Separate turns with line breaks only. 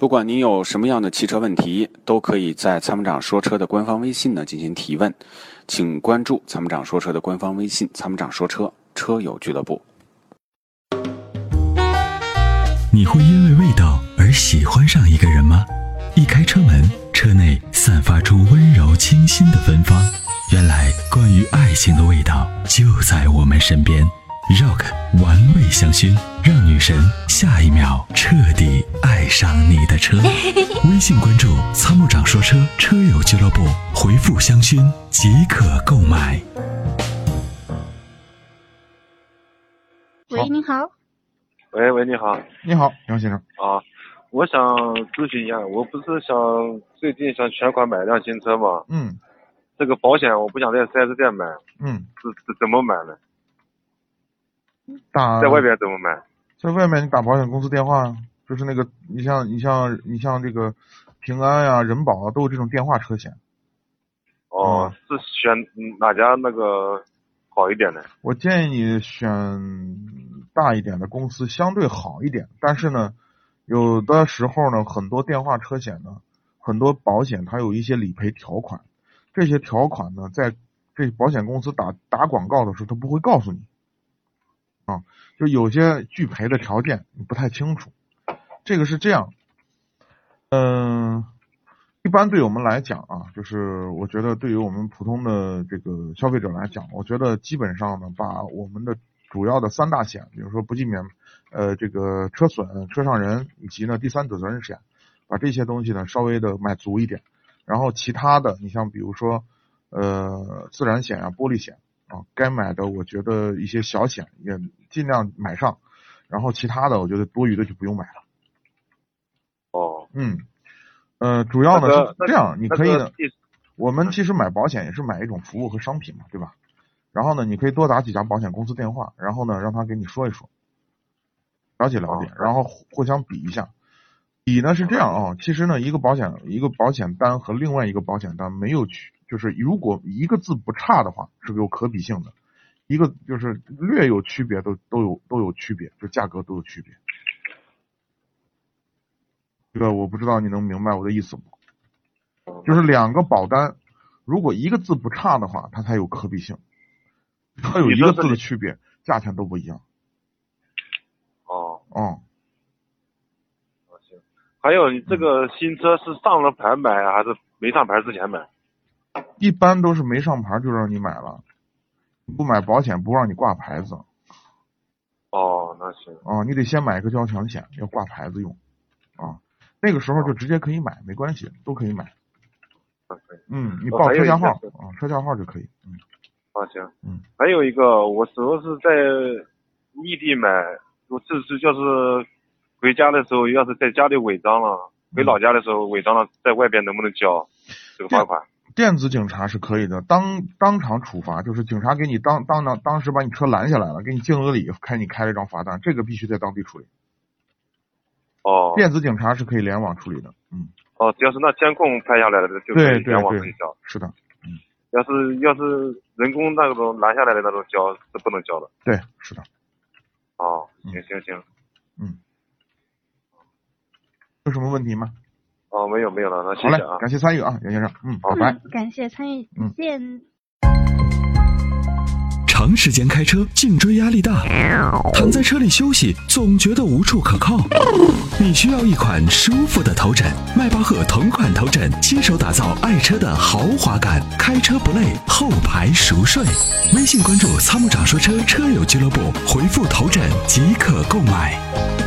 不管您有什么样的汽车问题，都可以在参谋长说车的官方微信呢进行提问，请关注参谋长说车的官方微信“参谋长说车车友俱乐部
你会因为味道而喜欢上一个人吗？一开车门，车内散发出温柔清新的芬芳。原来，关于爱情的味道就在我们身边。Rock 玩味香薰，让女神下一秒彻底爱上你的车。微信关注“参谋长说车”车友俱乐部，回复“香薰”即可购买。
喂，您好，
喂喂，你好
你好，杨先生。
啊，我想咨询一下，我不是想最近想全款买辆新车嘛，
嗯
这个保险我不想在 4S 店买，
嗯，
这这怎么买呢？
打
在
嗯
外，边怎么买？
在外面你打保险公司电话，就是那个，你像你像你像这个平安呀、人保啊，都有这种电话车险。嗯，
哦是选哪家那个好一点呢？
我建议你选大一点的公司，相对好一点。但是呢，有的时候呢，很多电话车险呢，很多保险它有一些理赔条款，这些条款呢，在这保险公司打打广告的时候，它不会告诉你。啊，就有些拒赔的条件你不太清楚。这个是这样，嗯、一般对我们来讲啊，就是我觉得对于我们普通的这个消费者来讲，我觉得基本上呢，把我们的主要的三大险，比如说不计免，呃，这个车损、车上人以及呢第三者责任险，把这些东西呢稍微的买足一点，然后其他的，你像比如说，呃，自然险啊、玻璃险啊，该买的我觉得一些小险也尽量买上，然后其他的我觉得多余的就不用买了，
哦，
嗯。呃，主要呢
那个
是这样，你可以
那
呢
个，第
我们其实买保险也是买一种服务和商品嘛，对吧？然后呢，你可以多打几家保险公司电话，然后呢，让他给你说一说，了解了解
哦，
然后互互相比一下。比呢是这样啊、其实呢，一个保险一个保险单和另外一个保险单没有区，就是如果一个字不差的话是有可比性的，一个就是略有区别都都有都有区别，就价格都有区别。这个我不知道你能明白我的意思不？
嗯
就是两个保单，如果一个字不差的话，它才有可比性。它有
你
一
说
个
这
字的
里
区别，价钱都不一样。
哦，
嗯，
行。还有你这个新车是上了牌买啊还是没上牌之前买？
一般都是没上牌就让你买了，不买保险不让你挂牌子
哦，那行。
啊、你得先买一个交强险，要挂牌子用啊、那个时候就直接可以买，没关系，都可以买。
那可以
嗯，你
哦
报
还有
车
一
架
个
号啊
是、
车架号就可以。嗯，
啊，行，
嗯，
还有一个，我主要是在异地买，我这次就是回家的时候，要是在家里违章了，回老家的时候违章了，在外边能不能交这个罚款？
电子警察是可以的，当当场处罚，就是警察给你当当当当时把你车拦下来了，给你敬了个礼，开你开了一张罚单，这个必须在当地处理。
哦，
电子警察是可以联网处理的，嗯，
哦，只要是那监控拍下来的，就可
对
以
对
联网可以
对
交。
是的，
要是要是人工那种拦下来的那种交是不能交的。
对，是的。
哦，
嗯
行行行，
有什么问题吗？
哦，没有没有了，那
好
谢
嘞
谢啊，。
感谢参与啊，袁先生，嗯，
好
拜拜。
嗯感谢参与
嗯，
见。
长时间开车，颈椎压力大，躺在车里休息，总觉得无处可靠。你需要一款舒服的头枕，迈巴赫同款头枕，亲手打造爱车的豪华感，开车不累，后排熟睡。微信关注“参谋长说车”车友俱乐部，回复“头枕”即可购买。